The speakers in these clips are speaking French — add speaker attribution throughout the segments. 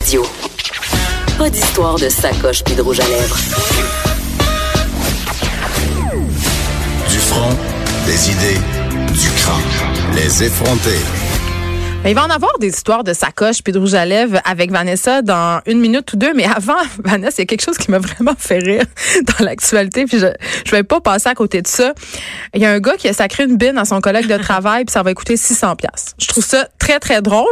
Speaker 1: Radio. Pas d'histoire de sacoche puis de rouge à lèvres.
Speaker 2: Du front, des idées, du crâne. Les effronter.
Speaker 3: Mais Ben, il va en avoir des histoires de sacoche puis de rouge à lèvres avec Vanessa dans une minute ou deux. Mais avant, Vanessa, il y a quelque chose qui m'a vraiment fait rire dans l'actualité. Puis je je vais pas passer à côté de ça. Il y a un gars qui a sacré une bine à son collègue de travail puis ça va coûter 600 pièces. Je trouve ça très très drôle.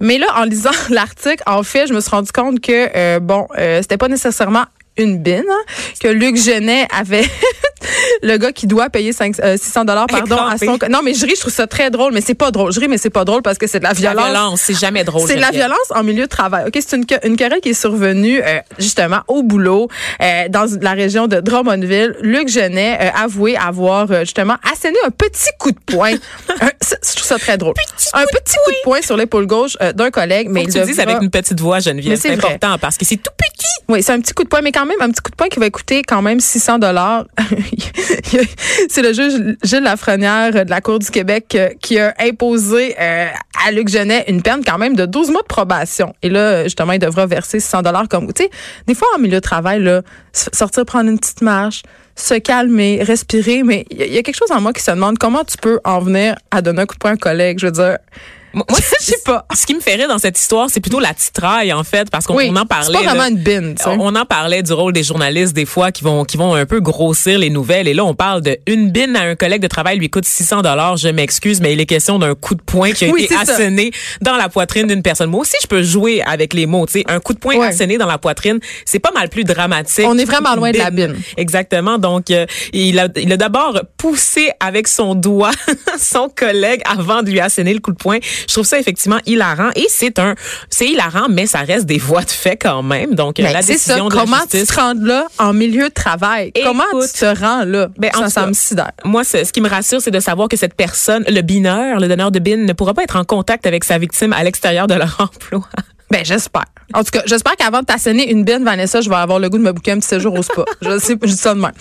Speaker 3: Mais là, en lisant l'article, en fait, je me suis rendu compte que euh, bon, euh, c'était pas nécessairement une bine hein, que Luc Genet avait le gars qui doit payer 5, euh, 600 dollars pardon à son non mais je ris je trouve ça très drôle mais c'est pas drôle je ris mais c'est pas drôle parce que c'est de la
Speaker 4: La
Speaker 3: violence Oh,
Speaker 4: violence, c'est jamais drôle.
Speaker 3: c'est de la
Speaker 4: Geneviève.
Speaker 3: violence en milieu de travail. OK, c'est une, que- une querelle qui est survenue euh, justement au boulot euh, dans la région de Drummondville. Luc Genet euh, avoué avoir euh, justement asséné un petit coup de poing. Un- ça, je trouve ça très drôle. un petit coup de poing sur l'épaule gauche euh, d'un collègue, mais
Speaker 4: Faut que
Speaker 3: il
Speaker 4: tu le dises
Speaker 3: devra-
Speaker 4: avec une petite voix, Geneviève.
Speaker 3: Mais
Speaker 4: C'est
Speaker 3: c'est vrai.
Speaker 4: important parce que c'est tout petit.
Speaker 3: oui, c'est un petit coup de poing, mais quand même, un petit coup de poing qui va coûter quand même 600 dollars. c'est le juge Gilles Lafrenière de la Cour du Québec euh, qui a imposé euh, à Luc Genet une peine quand même de 12 mois de probation. Et là, justement, il devra verser 600 dollars comme... Tu sais, des fois, en milieu de travail, là, s- sortir prendre une petite marche, se calmer, respirer, mais il y, a- il y a quelque chose en moi qui se demande comment tu peux en venir à donner un coup de poing à un collègue. Je veux dire,
Speaker 4: Moi, moi,
Speaker 3: je sais pas.
Speaker 4: ce qui me fait rire dans cette histoire, c'est plutôt la titraille, en fait, parce qu'on
Speaker 3: Oui,
Speaker 4: on en
Speaker 3: c'est
Speaker 4: parlait.
Speaker 3: pas
Speaker 4: là.
Speaker 3: vraiment une bine, tu sais.
Speaker 4: On en parlait du rôle des journalistes des fois qui vont qui vont un peu grossir les nouvelles et là on parle de une bine à un collègue de travail lui coûte 600 dollars je m'excuse mais il est question d'un coup de poing qui a
Speaker 3: Oui,
Speaker 4: été
Speaker 3: c'est ça.
Speaker 4: asséné dans la poitrine d'une personne moi aussi je peux jouer avec les mots tu sais un coup de poing
Speaker 3: Ouais.
Speaker 4: asséné dans la poitrine c'est pas mal plus dramatique
Speaker 3: On est vraiment
Speaker 4: qu'une
Speaker 3: loin de la bine.
Speaker 4: exactement donc euh, il a il a d'abord poussé avec son doigt son collègue avant de lui asséner le coup de poing je trouve ça effectivement hilarant et c'est un c'est hilarant mais ça reste des voies de fait quand même donc
Speaker 3: Ben,
Speaker 4: la
Speaker 3: c'est ça.
Speaker 4: décision de la
Speaker 3: Comment tu
Speaker 4: justice.
Speaker 3: te rends là en milieu de travail?
Speaker 4: Écoute.
Speaker 3: Comment tu te rends là?
Speaker 4: Ben, en
Speaker 3: ça,
Speaker 4: tout
Speaker 3: ça
Speaker 4: cas,
Speaker 3: me sidère.
Speaker 4: Moi, ce, ce qui me rassure, c'est de savoir que cette personne, le bineur, le donneur de bine, ne pourra pas être en contact avec sa victime à l'extérieur de leur emploi.
Speaker 3: Ben, j'espère. En tout cas, j'espère qu'avant de t'asséner une bine, Vanessa, je vais avoir le goût de me bouquer un petit séjour au spa. je sais, je dis ça de même.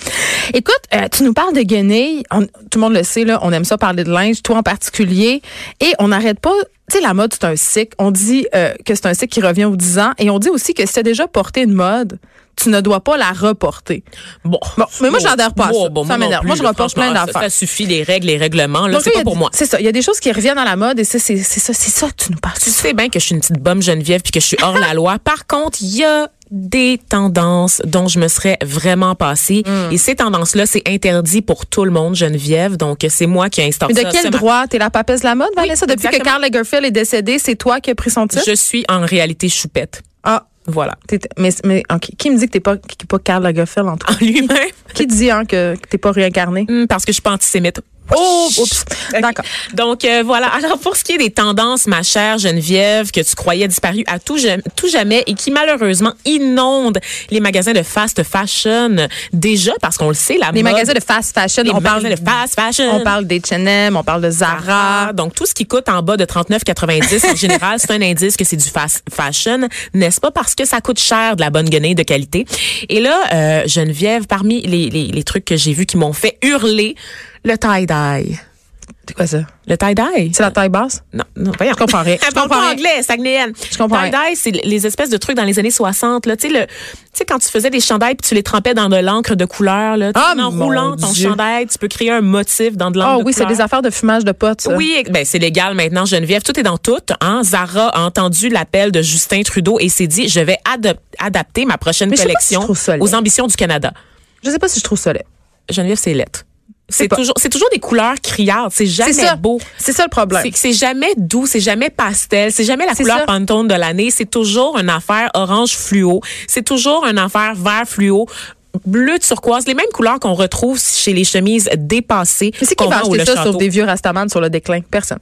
Speaker 3: Écoute, euh, tu nous parles de guenilles. On- tout le monde le sait, là. On aime ça parler de linge, toi en particulier. Et on n'arrête pas. Tu sais, la mode, c'est un cycle. On dit euh, que c'est un cycle qui revient aux 10 ans. Et on dit aussi que si tu as déjà porté une mode, tu ne dois pas la reporter.
Speaker 4: Bon,
Speaker 3: mais moi, j'adhère pas à ça. Ça
Speaker 4: moi non
Speaker 3: m'énerve.
Speaker 4: plus,
Speaker 3: Moi, je
Speaker 4: là,
Speaker 3: reporte
Speaker 4: franchement,
Speaker 3: plein
Speaker 4: ça-
Speaker 3: d'affaires.
Speaker 4: Ça suffit les règles, les règlements. Là,
Speaker 3: Donc,
Speaker 4: c'est
Speaker 3: là, il y
Speaker 4: pas
Speaker 3: a-
Speaker 4: pour moi.
Speaker 3: C'est ça. Il y a des choses qui reviennent à la mode et ça, c'est c'est ça, c'est ça que tu nous parles.
Speaker 4: Tu sais bien que je suis une petite bombe Geneviève puis que je suis hors la loi. Par contre, il y a des tendances dont je me serais vraiment passée. Et ces tendances-là, c'est interdit pour tout le monde, Geneviève. Donc, c'est moi qui ai instauré
Speaker 3: Mais de
Speaker 4: ça ce
Speaker 3: quel
Speaker 4: matin.
Speaker 3: droit? T'es la papesse de la mode, Vanessa? Depuis que
Speaker 4: exactement.
Speaker 3: Karl Lagerfeld est décédé, c'est toi qui as pris son titre?
Speaker 4: Je suis en réalité choupette.
Speaker 3: Ah,
Speaker 4: Voilà.
Speaker 3: t'es- mais, mais ok. qui me dit que t'es pas, qui- qui est pas Karl Lagerfeld, en tout
Speaker 4: En
Speaker 3: cas?
Speaker 4: lui-même.
Speaker 3: Qui dit hein, que, que t'es pas réincarné?
Speaker 4: Hmm, parce que je suis pas antisémite.
Speaker 3: Oh, oups.
Speaker 4: Ok.
Speaker 3: D'accord.
Speaker 4: Donc euh, voilà. Alors pour ce qui est des tendances, ma chère Geneviève, que tu croyais disparues à tout, ja- tout jamais et qui malheureusement inondent les magasins de fast fashion déjà parce qu'on le sait la
Speaker 3: Les
Speaker 4: mode.
Speaker 3: magasins de fast fashion,
Speaker 4: les
Speaker 3: on parle,
Speaker 4: magasins de fast fashion.
Speaker 3: on parle des H&M, on parle de Zara.
Speaker 4: Zara. Donc, tout ce qui coûte en bas de 39,90, en général, c'est un indice que c'est du fast fashion, n'est-ce pas? Parce que ça coûte cher de la bonne guenille de qualité. Et là, euh, Geneviève, parmi les, les, les trucs que j'ai vus qui m'ont fait hurler, le tie-dye.
Speaker 3: C'est quoi ça?
Speaker 4: Le tie-dye?
Speaker 3: C'est la taille basse?
Speaker 4: Non, non, voyons.
Speaker 3: Je comprends rien. Je
Speaker 4: Elle parle
Speaker 3: comprends
Speaker 4: pas
Speaker 3: rien.
Speaker 4: anglais, Saguenayenne.
Speaker 3: Je comprends rien.
Speaker 4: Tie-dye, c'est les espèces de trucs dans les années 60. Là. Tu sais, le- tu sais, quand tu faisais des chandails puis tu les trempais dans de l'encre de couleur, là, tu sais,
Speaker 3: Ah,
Speaker 4: en
Speaker 3: mon
Speaker 4: roulant ton
Speaker 3: Dieu.
Speaker 4: chandail, tu peux créer un motif dans de l'encre
Speaker 3: Ah
Speaker 4: de
Speaker 3: oui, c'est
Speaker 4: couleur.
Speaker 3: des affaires de fumage de potes, ça.
Speaker 4: Oui, et- ben c'est légal maintenant, Geneviève. Tout est dans tout. Hein? Zara a entendu l'appel de Justin Trudeau et s'est dit, je vais adop- adapter ma prochaine
Speaker 3: Mais je sais pas si
Speaker 4: collection
Speaker 3: je trouve ça laid.
Speaker 4: aux ambitions du Canada.
Speaker 3: Je sais pas si je trouve ça laid.
Speaker 4: Geneviève, c'est lettre. C'est
Speaker 3: pas-
Speaker 4: toujours, c'est toujours des couleurs criardes. C'est
Speaker 3: C'est
Speaker 4: jamais
Speaker 3: ça.
Speaker 4: beau.
Speaker 3: C'est ça le problème.
Speaker 4: C'est que c'est jamais doux, c'est jamais pastel, c'est jamais la
Speaker 3: C'est
Speaker 4: couleur
Speaker 3: ça.
Speaker 4: Pantone de l'année. C'est toujours une affaire orange fluo. C'est toujours une affaire vert fluo. Bleu turquoise, les mêmes couleurs qu'on retrouve chez les chemises dépassées.
Speaker 3: Mais c'est qui
Speaker 4: qu'on
Speaker 3: va
Speaker 4: vend au
Speaker 3: acheter
Speaker 4: Le
Speaker 3: ça sur
Speaker 4: Château.
Speaker 3: des vieux rastaman sur le déclin? Personne.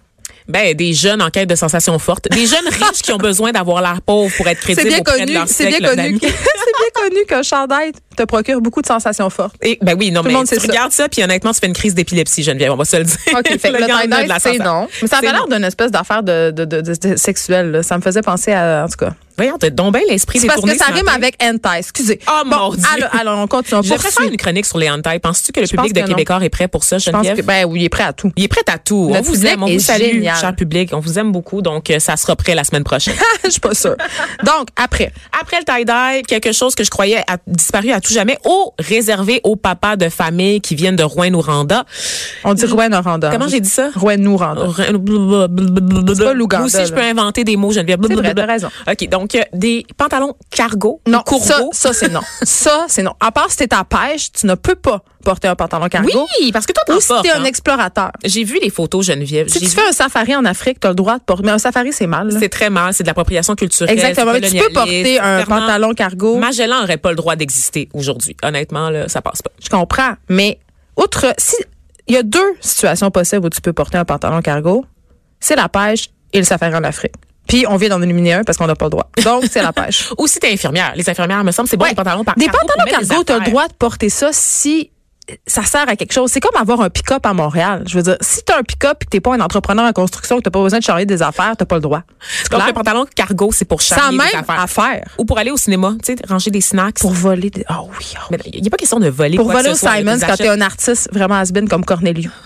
Speaker 4: Ben, des jeunes en quête de sensations fortes. Des jeunes riches qui ont besoin d'avoir l'air pauvre pour être
Speaker 3: C'est
Speaker 4: crédibles
Speaker 3: bien
Speaker 4: auprès de
Speaker 3: connu,
Speaker 4: leur
Speaker 3: c'est bien
Speaker 4: cercle
Speaker 3: connu, que-
Speaker 4: d'amis.
Speaker 3: c'est bien connu qu'un chandail te procure beaucoup de sensations fortes.
Speaker 4: Et, ben oui, non,
Speaker 3: le
Speaker 4: mais
Speaker 3: monde
Speaker 4: tu
Speaker 3: sait ça.
Speaker 4: regardes ça, puis honnêtement, tu fais une crise d'épilepsie, Geneviève, on va se le dire.
Speaker 3: OK, fait que le
Speaker 4: gars en a de
Speaker 3: tie-dye,
Speaker 4: la
Speaker 3: c'est
Speaker 4: sensation.
Speaker 3: non. Mais ça
Speaker 4: C'est
Speaker 3: avait l'air d'une espèce d'affaire de, de, de- de- de- sexuelle. là. Ça me faisait penser à, en tout cas,
Speaker 4: Voyons, t'as donc bien l'esprit
Speaker 3: C'est parce
Speaker 4: détourné
Speaker 3: que ça
Speaker 4: ce
Speaker 3: rime
Speaker 4: matin.
Speaker 3: avec hentai. Excusez.
Speaker 4: Oh,
Speaker 3: bon,
Speaker 4: mon Dieu.
Speaker 3: Allons, allons, on continue. On
Speaker 4: Je vais faire
Speaker 3: poursuit.
Speaker 4: une chronique sur les hantai. Penses-tu que le
Speaker 3: Je
Speaker 4: public
Speaker 3: pense
Speaker 4: de
Speaker 3: que non.
Speaker 4: Québécois est prêt pour ça,
Speaker 3: Je pense
Speaker 4: Geneviève?
Speaker 3: que, ben oui, il est prêt à tout.
Speaker 4: Il est prêt à tout.
Speaker 3: Notre
Speaker 4: on vous
Speaker 3: public
Speaker 4: aime, on
Speaker 3: est
Speaker 4: vous salue,
Speaker 3: génial.
Speaker 4: cher public. On vous aime beaucoup. Donc, euh, ça sera prêt la semaine prochaine.
Speaker 3: Je suis pas sûre. Donc, après.
Speaker 4: Après le tie-dye, quelque chose que je croyais a disparu à tout jamais, au réservé aux papas de famille qui viennent de Rouen-Noranda.
Speaker 3: On dit Oh. Rouen Noranda.
Speaker 4: Comment j'ai dit ça?
Speaker 3: Ah, Rouen-Noranda.
Speaker 4: C'est
Speaker 3: pas l'Ouganda,
Speaker 4: Aussi, je peux
Speaker 3: là.
Speaker 4: inventer des mots, Geneviève.
Speaker 3: C'est vrai,
Speaker 4: Blablabla.
Speaker 3: t'as raison.
Speaker 4: OK, donc euh, des pantalons cargo,
Speaker 3: Non,
Speaker 4: des courbeaux.
Speaker 3: ça, ça c'est non. ça, c'est non. À part si t'es à pêche, tu ne peux pas porter un pantalon cargo.
Speaker 4: Oui, parce que toi, t'en
Speaker 3: Ou si
Speaker 4: portes,
Speaker 3: t'es un
Speaker 4: hein.
Speaker 3: explorateur.
Speaker 4: J'ai vu les photos, Geneviève.
Speaker 3: Si
Speaker 4: J'ai
Speaker 3: tu
Speaker 4: vu-
Speaker 3: fais un safari en Afrique, t'as le droit de porter. Mais un safari, c'est mal. là.
Speaker 4: C'est très mal, c'est de l'appropriation culturelle.
Speaker 3: Exactement.
Speaker 4: c'est
Speaker 3: Mais tu peux
Speaker 4: colonialiste.
Speaker 3: porter un
Speaker 4: Clairement,
Speaker 3: pantalon cargo.
Speaker 4: Magellan aurait pas le droit d'exister aujourd'hui. Honnêtement, là, ça passe pas.
Speaker 3: Je comprends. Mais outre, si il y a deux situations possibles où tu peux porter un pantalon cargo, c'est la pêche et le safari en Afrique. Puis on vient d'en éliminer un parce qu'on n'a pas le droit. Donc c'est la pêche.
Speaker 4: Ou si t'es infirmière. Les infirmières, me semble, c'est bon,
Speaker 3: Ouais.
Speaker 4: les pantalons par
Speaker 3: Des
Speaker 4: cargo pour
Speaker 3: pantalons
Speaker 4: mettre des
Speaker 3: cargo, tu as le
Speaker 4: affaires.
Speaker 3: droit de porter ça si ça sert à quelque chose. C'est comme avoir un pick-up à Montréal. Je veux dire, si tu as un pick-up et que tu pas un entrepreneur en construction, que tu pas besoin de charger des affaires, tu pas le droit. C'est
Speaker 4: Donc,
Speaker 3: clair?
Speaker 4: le pantalon cargo, c'est pour
Speaker 3: Sans
Speaker 4: charrier des
Speaker 3: même
Speaker 4: affaires.
Speaker 3: affaire.
Speaker 4: Ou pour aller au cinéma, tu sais, ranger des snacks.
Speaker 3: Pour voler des... Ah oui, ah oui.
Speaker 4: Mais il n'y a pas question de voler.
Speaker 3: Pour
Speaker 4: quoi que
Speaker 3: voler au
Speaker 4: ce soit,
Speaker 3: Simons
Speaker 4: là, tu
Speaker 3: quand t'es
Speaker 4: achètes-
Speaker 3: un artiste vraiment has-been comme Cornelio.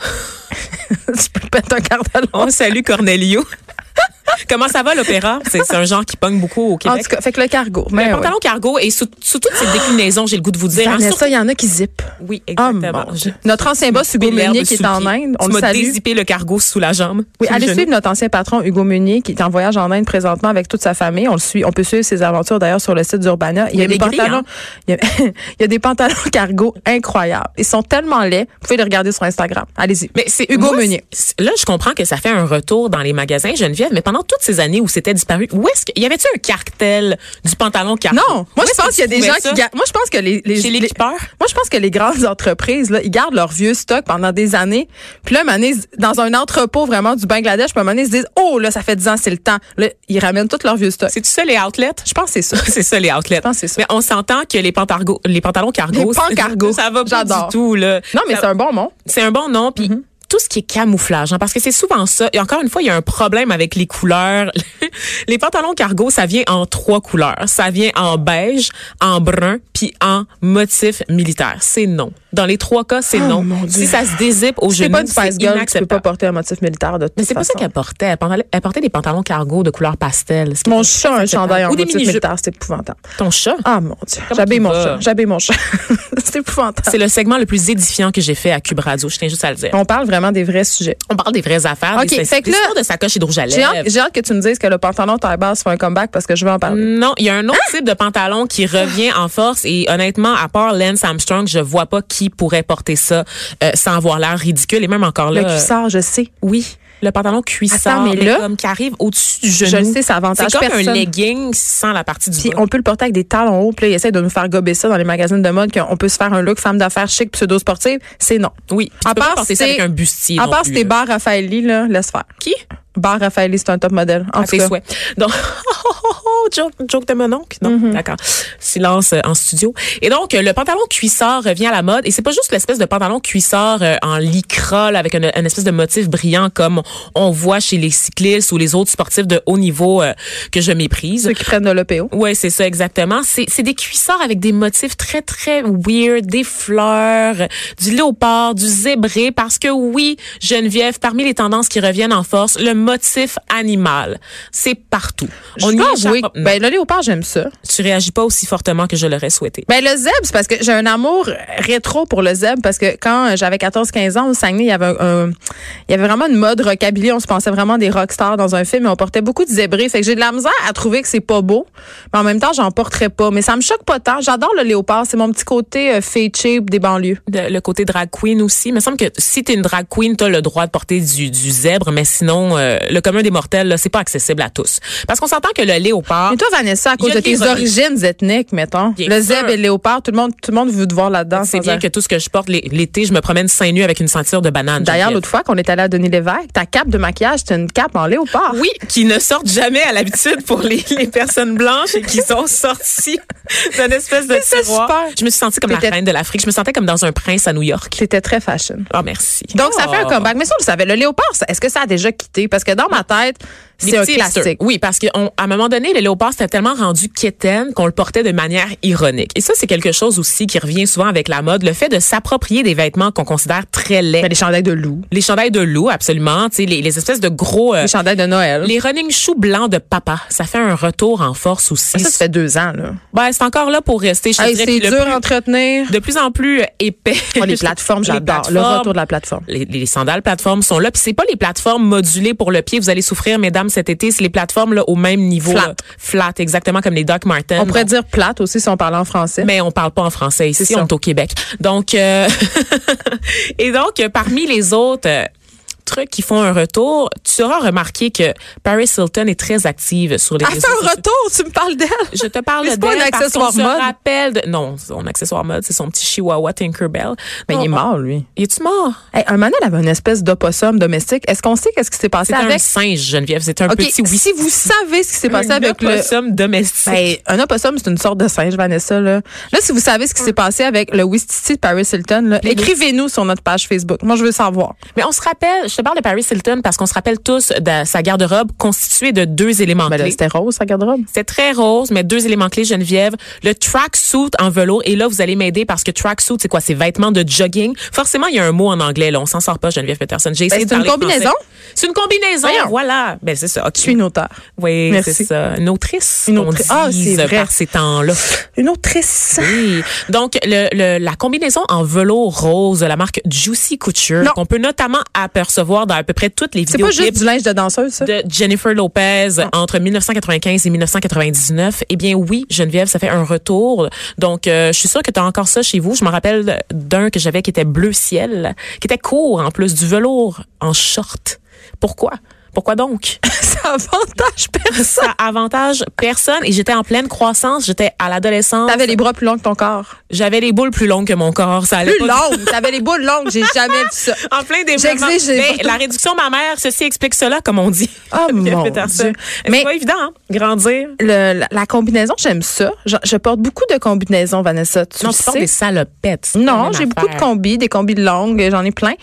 Speaker 3: tu peux péter un cartalon.
Speaker 4: On salue Oh, Cornelio. Comment ça va l'opéra? C'est c'est un genre qui pogne beaucoup au
Speaker 3: En
Speaker 4: Québec.
Speaker 3: tout cas, fait que le cargo. Mais
Speaker 4: le
Speaker 3: ouais.
Speaker 4: pantalon cargo et sous, sous toutes ses déclinaisons, j'ai le goût de vous dire. hein,
Speaker 3: Vanessa,
Speaker 4: surtout-
Speaker 3: il y en a qui zippent.
Speaker 4: Oui,
Speaker 3: Oh,
Speaker 4: exactement.
Speaker 3: mon
Speaker 4: Je-
Speaker 3: Dieu. Notre ancien boss Hugo
Speaker 4: Belle herbe
Speaker 3: Meunier qui
Speaker 4: sous
Speaker 3: est
Speaker 4: le
Speaker 3: en
Speaker 4: pied.
Speaker 3: Inde, on
Speaker 4: tu
Speaker 3: le
Speaker 4: m'as
Speaker 3: salue.
Speaker 4: dézippé le cargo sous la jambe.
Speaker 3: Oui,
Speaker 4: Sous le
Speaker 3: allez
Speaker 4: genou.
Speaker 3: suivre notre ancien patron Hugo Meunier qui est en voyage en Inde présentement avec toute sa famille. On le suit, on peut suivre ses aventures d'ailleurs sur le site d'Urbana.
Speaker 4: Il a maigri, hein?
Speaker 3: il, y a, il y a des pantalons cargo incroyables. Ils sont tellement laids. Vous pouvez les regarder sur Instagram. Allez-y.
Speaker 4: Mais c'est
Speaker 3: Hugo
Speaker 4: moi,
Speaker 3: Meunier.
Speaker 4: c'est- Là, je comprends que ça fait un retour dans les magasins, Geneviève, mais pendant toutes ces années où c'était disparu, où est-ce qu'il y avait-tu un cartel du pantalon cargo?
Speaker 3: Non, moi
Speaker 4: Où
Speaker 3: je
Speaker 4: est-ce que
Speaker 3: pense
Speaker 4: tu
Speaker 3: qu'il y a des
Speaker 4: trouvais
Speaker 3: gens
Speaker 4: ça?
Speaker 3: qui gardent. Moi je pense que les, les,
Speaker 4: Chez
Speaker 3: les-
Speaker 4: l'équipeur?
Speaker 3: Moi je pense que les grandes entreprises là, ils gardent leur vieux stock pendant des années. Puis là, à un moment donné, dans un entrepôt vraiment du Bangladesh, puis à un moment donné, ils se disent "Oh là, ça fait 10 ans, c'est le temps." Là, ils ramènent tout leur vieux stock.
Speaker 4: C'est-tu ça, les outlets?
Speaker 3: Je pense que c'est ça.
Speaker 4: c'est ça les outlets.
Speaker 3: pense que c'est ça.
Speaker 4: Mais on s'entend que les pantargo- les pantalons cargo,
Speaker 3: Les pancargo.
Speaker 4: ça va pas
Speaker 3: J'adore.
Speaker 4: du tout là.
Speaker 3: Non, mais
Speaker 4: Ça-
Speaker 3: c'est un bon mot.
Speaker 4: c'est un bon nom
Speaker 3: Mm-hmm.
Speaker 4: puis tout ce qui est camouflage hein, parce que c'est souvent ça et encore une fois il y a un problème avec les couleurs. les pantalons cargo, ça vient en trois couleurs. Ça vient en beige, en brun puis en motif militaire. C'est non. Dans les trois cas, c'est non.
Speaker 3: Oh mon Dieu.
Speaker 4: Si ça se dézippe au
Speaker 3: C'est
Speaker 4: genou,
Speaker 3: pas du Spice Girl,
Speaker 4: c'est
Speaker 3: tu peux pas
Speaker 4: inacceptable.
Speaker 3: porter un motif militaire de toute
Speaker 4: Mais c'est pas ça
Speaker 3: façon.
Speaker 4: qu'elle portait. Elle portait- elle portait des pantalons cargo de couleur pastel. Ce qui
Speaker 3: Mon
Speaker 4: était
Speaker 3: chat a un
Speaker 4: inacceptable.
Speaker 3: chandail en
Speaker 4: Ou des
Speaker 3: motif
Speaker 4: mini-jupes.
Speaker 3: militaire, c'est épouvantable.
Speaker 4: Ton chat.
Speaker 3: Ah mon dieu,
Speaker 4: Comment
Speaker 3: j'habille
Speaker 4: tu
Speaker 3: mon
Speaker 4: vas?
Speaker 3: chat, j'habille mon chat. c'est épouvantable.
Speaker 4: C'est le segment le plus édifiant que j'ai fait à Cube Radio. Je tiens juste à le dire.
Speaker 3: On parle vraiment des vrais sujets.
Speaker 4: On parle des vraies affaires.
Speaker 3: Ok,
Speaker 4: des
Speaker 3: fait que là-
Speaker 4: l'histoire de sacoche et de rouge à
Speaker 3: J'ai hâte,
Speaker 4: lèvres.
Speaker 3: j'ai hâte que tu me dises que le pantalon taille basse fait un comeback parce que je veux en parler.
Speaker 4: Non, il y a un autre
Speaker 3: Hein?
Speaker 4: type de pantalon qui revient en force et honnêtement, à part Lance Armstrong, je vois pas qui pourrait porter ça euh, sans avoir l'air ridicule et même encore là.
Speaker 3: Le
Speaker 4: euh,
Speaker 3: cuissard, je sais.
Speaker 4: oui, le pantalon cuissard,
Speaker 3: Attends, mais là-
Speaker 4: comme qui arrive au-dessus du genou.
Speaker 3: Je le sais, ça avantage
Speaker 4: C'est comme un
Speaker 3: personne.
Speaker 4: legging sans la partie du
Speaker 3: Puis
Speaker 4: bas.
Speaker 3: on peut le porter avec des talons hauts. Puis là, ils essayent de nous faire gober ça dans les magazines de mode, qu'on peut se faire un look femme d'affaires chic, pseudo-sportive. C'est non.
Speaker 4: Oui, puis tu
Speaker 3: À
Speaker 4: peux pas
Speaker 3: part
Speaker 4: porter
Speaker 3: si
Speaker 4: ça avec
Speaker 3: t'es-
Speaker 4: un bustier.
Speaker 3: À
Speaker 4: non
Speaker 3: part
Speaker 4: plus,
Speaker 3: si t'es
Speaker 4: là.
Speaker 3: bar Raffaelli, là, laisse faire.
Speaker 4: Qui? Ah,
Speaker 3: Bar Raffaelli, c'est un top modèle. En
Speaker 4: à
Speaker 3: tout
Speaker 4: tes
Speaker 3: cas.
Speaker 4: souhaits. Donc, joke, joke de mon oncle. Non,
Speaker 3: Mm-hmm.
Speaker 4: d'accord. Silence euh, en studio. Et donc, euh, le pantalon cuissard revient à la mode. Et c'est pas juste l'espèce de pantalon cuissard euh, en lycra, là, avec une, une espèce de motif brillant comme on voit chez les cyclistes ou les autres sportifs de haut niveau euh, que je méprise.
Speaker 3: Ceux qui prennent de l'OPO.
Speaker 4: Ouais, c'est ça exactement. C'est c'est des cuissards avec des motifs très très weird, des fleurs, du léopard, du zébré parce que oui, Geneviève, parmi les tendances qui reviennent en force, le motif animal, c'est partout.
Speaker 3: On
Speaker 4: y
Speaker 3: dois
Speaker 4: échappe
Speaker 3: avouer,
Speaker 4: pas. Non,
Speaker 3: ben, le léopard, j'aime ça.
Speaker 4: tu réagis pas aussi fortement que je l'aurais souhaité.
Speaker 3: Ben, le zèbre, c'est parce que j'ai un amour rétro pour le zèbre parce que quand euh, j'avais 14, 15 ans, au Saguenay, il y avait un, un- il y avait vraiment une mode rockabilly. On se pensait vraiment des rockstars dans un film et on portait beaucoup de zébrés. Fait que j'ai de la misère à trouver que c'est pas beau. Mais en même temps, j'en porterais pas. Mais ça me choque pas tant. J'adore le léopard. C'est mon petit côté euh, fait cheap des banlieues.
Speaker 4: De- le côté drag queen aussi, il me semble que si t'es une drag queen, t'as le droit de porter du, du zèbre, mais sinon euh, le commun des mortels, là, c'est pas accessible à tous. Parce qu'on s'entend que le léopard
Speaker 3: Mais toi, Vanessa, à cause
Speaker 4: Ah. a
Speaker 3: de
Speaker 4: de
Speaker 3: tes
Speaker 4: l'ironie.
Speaker 3: origines ethniques, mettons,
Speaker 4: Bien
Speaker 3: le
Speaker 4: sûr.
Speaker 3: zèbre et le léopard, tout le monde, tout le monde veut te voir là-dedans. Ah,
Speaker 4: C'est
Speaker 3: sans
Speaker 4: bien
Speaker 3: arrêt.
Speaker 4: que tout ce que je porte l'é- l'été, je me promène seins nus avec une ceinture de banane.
Speaker 3: D'ailleurs,
Speaker 4: Geneviève.
Speaker 3: l'autre fois qu'on est allé à Denis Lévesque, ta cape de maquillage, c'était une cape en léopard.
Speaker 4: Oui, qui ne sortent jamais à l'habitude pour les, les personnes blanches et qui sont sorties d'une espèce de
Speaker 3: c'est
Speaker 4: tiroir.
Speaker 3: super.
Speaker 4: Je me suis sentie comme la
Speaker 3: T'étais-
Speaker 4: reine de l'Afrique. Je me sentais comme dans un prince à New York.
Speaker 3: C'était très fashion.
Speaker 4: Oh, merci.
Speaker 3: Donc, ça fait un
Speaker 4: Oh.
Speaker 3: comeback. Mais ça, on le savait. Le léopard, ça- est-ce que ça a déjà quitté? Parce que dans ma tête,
Speaker 4: Les
Speaker 3: C'est un
Speaker 4: petits hipsters.
Speaker 3: classique.
Speaker 4: Oui, parce qu'à un moment donné, le léopard s'était tellement rendu quétaine qu'on le portait de manière ironique. Et ça, c'est quelque chose aussi qui revient souvent avec la mode, le fait de s'approprier des vêtements qu'on considère très
Speaker 3: Ben,
Speaker 4: laids.
Speaker 3: les chandelles de loup,
Speaker 4: Les chandails de loup, absolument, tu sais, les, les espèces de gros... euh,
Speaker 3: les chandelles de Noël.
Speaker 4: les running shoes blancs de papa, ça fait un retour en force aussi.
Speaker 3: Ah, Ça, ça fait deux ans, là.
Speaker 4: Ben, c'est encore là pour rester. Je te
Speaker 3: Hey,
Speaker 4: dirais
Speaker 3: c'est
Speaker 4: que le
Speaker 3: dur
Speaker 4: plus-
Speaker 3: à entretenir.
Speaker 4: de plus en plus épais.
Speaker 3: Oh, les plateformes,
Speaker 4: Les
Speaker 3: j'adore. Le
Speaker 4: plateformes.
Speaker 3: retour de la plateforme.
Speaker 4: Les, les sandales plateformes sont là. Puis c'est pas les plateformes modulées pour le pied. Vous allez souffrir, mesdames, cet été. C'est les plateformes là, au même niveau.
Speaker 3: Flat.
Speaker 4: là. Flat, exactement comme les Doc Martens.
Speaker 3: On pourrait
Speaker 4: Bon,
Speaker 3: dire plate aussi si on parlait en français.
Speaker 4: Mais on parle pas en français ici,
Speaker 3: ça.
Speaker 4: on est au Québec. Donc, euh, et donc, euh, parmi les autres euh, trucs qui font un retour, tu auras remarqué que Paris Hilton est très active sur les
Speaker 3: Elle
Speaker 4: réseaux
Speaker 3: fait Ah, un
Speaker 4: sociaux.
Speaker 3: retour, tu me parles d'elle.
Speaker 4: Je te parle
Speaker 3: Mais c'est
Speaker 4: de
Speaker 3: pas un accessoire mode.
Speaker 4: Se rappelle de... Non, son accessoire mode, c'est son petit chihuahua Tinkerbell.
Speaker 3: Mais
Speaker 4: Non,
Speaker 3: il est mort, lui.
Speaker 4: Il est-tu mort?
Speaker 3: Hey, un manel avait une espèce d'opossum domestique. Est-ce qu'on sait qu'est-ce qui s'est passé
Speaker 4: C'est un
Speaker 3: avec?
Speaker 4: singe, Geneviève. C'est un
Speaker 3: OK,
Speaker 4: petit oui.
Speaker 3: si vous savez ce qui s'est passé
Speaker 4: un
Speaker 3: avec le...
Speaker 4: opossum domestique.
Speaker 3: Ben, un opossum, c'est une sorte de singe, Vanessa. Là, là si vous savez ce qui s'est passé avec le Wistiti de Paris Hilton, là, écrivez-nous sur notre page Facebook. Moi, je veux savoir.
Speaker 4: Mais on se rappelle, je te parle de Paris Hilton parce qu'on se rappelle tous de sa garde-robe constituée de deux éléments
Speaker 3: Ben, là,
Speaker 4: clés.
Speaker 3: c'était rose, sa garde-robe.
Speaker 4: C'est très rose, mais deux éléments clés, Geneviève. Le tracksuit en velours. Et là, vous allez m'aider parce que tracksuit, c'est quoi? C'est vêtements de jogging. Forcément, il y a un mot en anglais. Là, on s'en sort pas, Geneviève Peterson. J'ai essayé
Speaker 3: Ben, c'est
Speaker 4: de
Speaker 3: une
Speaker 4: parler français.
Speaker 3: combinaison?
Speaker 4: C'est une combinaison.
Speaker 3: Voyons.
Speaker 4: Voilà. Ben, c'est ça. OK.
Speaker 3: Je suis une auteure.
Speaker 4: Oui,
Speaker 3: Merci.
Speaker 4: c'est ça. Une autrice.
Speaker 3: Une
Speaker 4: qu'on
Speaker 3: autrice. Ah,
Speaker 4: dise
Speaker 3: c'est vrai.
Speaker 4: Par ces temps-là.
Speaker 3: Une autrice.
Speaker 4: Oui. Donc, le, le- la combinaison en velours rose de la marque Juicy Couture,
Speaker 3: Non.
Speaker 4: qu'on peut notamment apercevoir dans à peu près toutes les
Speaker 3: C'est pas
Speaker 4: vidéoclips
Speaker 3: juste du linge de danseuse, ça?
Speaker 4: de Jennifer Lopez
Speaker 3: Ah.
Speaker 4: entre 1995 et 1999, eh bien oui, Geneviève, ça fait un retour. Donc, euh, je suis sûre que tu as encore ça chez vous. Je me rappelle d'un que j'avais qui était bleu ciel, qui était court en plus, du velours en short. Pourquoi? Pourquoi donc?
Speaker 3: Ça avantage personne.
Speaker 4: Ça avantage personne et j'étais en pleine croissance, j'étais à l'adolescence.
Speaker 3: T'avais les bras plus longs que ton corps.
Speaker 4: J'avais les boules plus longues que mon corps. Ça allait
Speaker 3: Plus
Speaker 4: pas- Ah.
Speaker 3: longues. T'avais les boules longues. J'ai jamais vu ça.
Speaker 4: En plein développement.
Speaker 3: J'exige, j'ai
Speaker 4: Mais
Speaker 3: pas-
Speaker 4: la réduction mammaire, ceci explique cela, comme on dit.
Speaker 3: Oh,
Speaker 4: Geneviève
Speaker 3: mon
Speaker 4: Peterson.
Speaker 3: Dieu.
Speaker 4: C'est
Speaker 3: Mais-
Speaker 4: pas évident, hein, grandir.
Speaker 3: Le- la, la combinaison, j'aime ça. Je, je porte beaucoup de combinaisons, Vanessa. Tu
Speaker 4: Non,
Speaker 3: le
Speaker 4: tu portes
Speaker 3: sais.
Speaker 4: des salopettes. C'est pas la
Speaker 3: Non,
Speaker 4: même
Speaker 3: j'ai beaucoup de
Speaker 4: affaire.
Speaker 3: combis, des combis longues, j'en ai plein.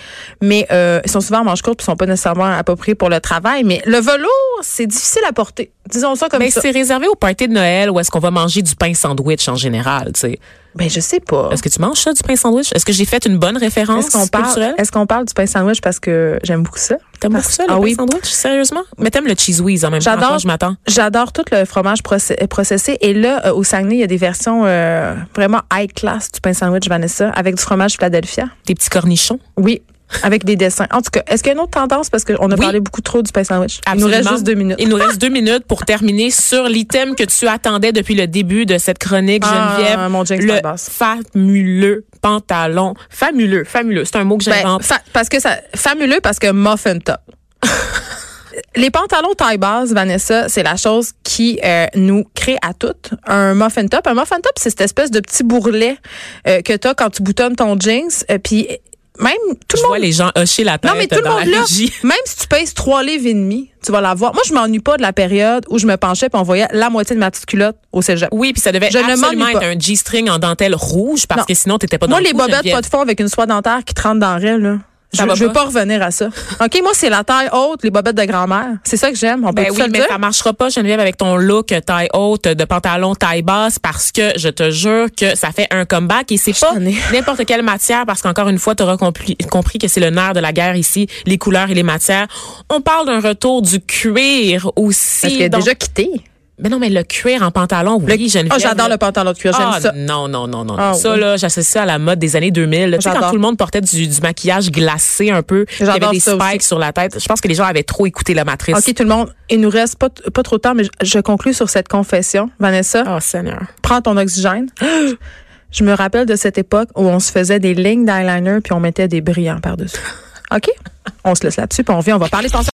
Speaker 3: Mais euh, ils sont souvent en manche courte puis ils sont pas nécessairement appropriés pour le travail. Mais le velours, c'est difficile à porter. Disons ça comme
Speaker 4: Mais
Speaker 3: ça.
Speaker 4: c'est réservé au party de Noël où est-ce qu'on va manger du pain sandwich en général, tu sais.
Speaker 3: Ben, je sais pas.
Speaker 4: Est-ce que tu manges ça, du pain sandwich? Est-ce que j'ai fait une bonne référence
Speaker 3: Est-ce qu'on parle,
Speaker 4: culturelle?
Speaker 3: est-ce qu'on parle du pain sandwich parce que j'aime beaucoup ça?
Speaker 4: T'aimes beaucoup
Speaker 3: Parce-
Speaker 4: ça, le
Speaker 3: Ah
Speaker 4: pain
Speaker 3: oui.
Speaker 4: sandwich? Sérieusement? Mais t'aimes le cheese whiz en même temps. à quoi
Speaker 3: J'adore.
Speaker 4: je m'attends.
Speaker 3: J'adore tout le fromage procé- processé. Et là, euh, au Saguenay, il y a des versions euh, vraiment high class du pain sandwich, Vanessa, avec du fromage Philadelphia.
Speaker 4: Tes petits cornichons.
Speaker 3: Oui. Avec des dessins. En tout cas, est-ce qu'il y a une autre tendance? Parce qu'on a
Speaker 4: Oui.
Speaker 3: parlé beaucoup trop du pain sandwich. Il nous
Speaker 4: Absolument.
Speaker 3: reste juste deux minutes.
Speaker 4: Il nous reste deux minutes pour terminer sur l'item que tu attendais depuis le début de cette chronique,
Speaker 3: Ah,
Speaker 4: Geneviève.
Speaker 3: mon James
Speaker 4: le
Speaker 3: Barbasse.
Speaker 4: famuleux pantalon. Famuleux, famuleux. C'est un mot que
Speaker 3: Ben,
Speaker 4: j'invente.
Speaker 3: fa- parce que ça, famuleux parce que muffin top. Les pantalons taille basse, Vanessa, c'est la chose qui euh, nous crée à toutes un muffin top. Un muffin top, c'est cette espèce de petit bourrelet euh, que t'as quand tu boutonnes ton jeans. euh, Puis même tout
Speaker 4: je
Speaker 3: le monde
Speaker 4: vois les gens hocher la tête
Speaker 3: non, mais tout le
Speaker 4: dans
Speaker 3: monde
Speaker 4: la
Speaker 3: là,
Speaker 4: régie.
Speaker 3: même si tu pèses trois livres et demi, tu vas l'avoir. Moi, je m'ennuie pas de la période où je me penchais puis on voyait la moitié de ma petite culotte au cégep.
Speaker 4: Oui, puis ça devait
Speaker 3: Je ne
Speaker 4: absolument
Speaker 3: m'ennuie
Speaker 4: être
Speaker 3: pas.
Speaker 4: un G-string en dentelle rouge parce
Speaker 3: Non.
Speaker 4: que sinon t'étais pas dans
Speaker 3: Moi,
Speaker 4: le
Speaker 3: les
Speaker 4: coup,
Speaker 3: bobettes
Speaker 4: Geneviève.
Speaker 3: pas de fond avec une soie dentaire qui trempe dans le raie, là.
Speaker 4: Ça
Speaker 3: je,
Speaker 4: va
Speaker 3: je veux pas
Speaker 4: pas?
Speaker 3: revenir à ça. OK, moi, c'est la taille haute, les bobettes de grand-mère. C'est ça que j'aime. On peut
Speaker 4: Ben
Speaker 3: tout
Speaker 4: oui,
Speaker 3: se le
Speaker 4: mais
Speaker 3: dire.
Speaker 4: ça marchera pas, Geneviève, avec ton look taille haute de pantalon taille basse parce que je te jure que ça fait un comeback et c'est pas
Speaker 3: t'en ai.
Speaker 4: n'importe quelle matière parce qu'encore une fois, tu auras compris, compris que c'est le nerf de la guerre ici, les couleurs et les matières. On parle d'un retour du cuir
Speaker 3: Parce
Speaker 4: aussi.
Speaker 3: qu'elle est
Speaker 4: Donc-
Speaker 3: déjà quittée.
Speaker 4: Mais non, mais le cuir en pantalon, oui, Geneviève.
Speaker 3: Oh, j'adore
Speaker 4: là.
Speaker 3: le pantalon de cuir. J'aime
Speaker 4: Ah,
Speaker 3: ça.
Speaker 4: Non, non, non, non.
Speaker 3: Ah,
Speaker 4: ça,
Speaker 3: oui.
Speaker 4: là, j'associe ça à la mode des années 2000. là. Tu sais, quand
Speaker 3: J'adore.
Speaker 4: tout le monde portait du, du maquillage glacé un peu, il y avait
Speaker 3: J'adore
Speaker 4: des
Speaker 3: ça
Speaker 4: spikes
Speaker 3: aussi.
Speaker 4: sur la tête. Je pense que les gens avaient trop écouté la matrice.
Speaker 3: OK, tout le monde, il nous reste pas, t- pas trop de temps, mais je, je conclue sur cette confession. Vanessa,
Speaker 4: Oh, Seigneur.
Speaker 3: prends ton oxygène. je me rappelle de cette époque où on se faisait des lignes d'eyeliner puis on mettait des brillants par-dessus. OK? On se laisse là-dessus puis on vient, on va parler de pantalon.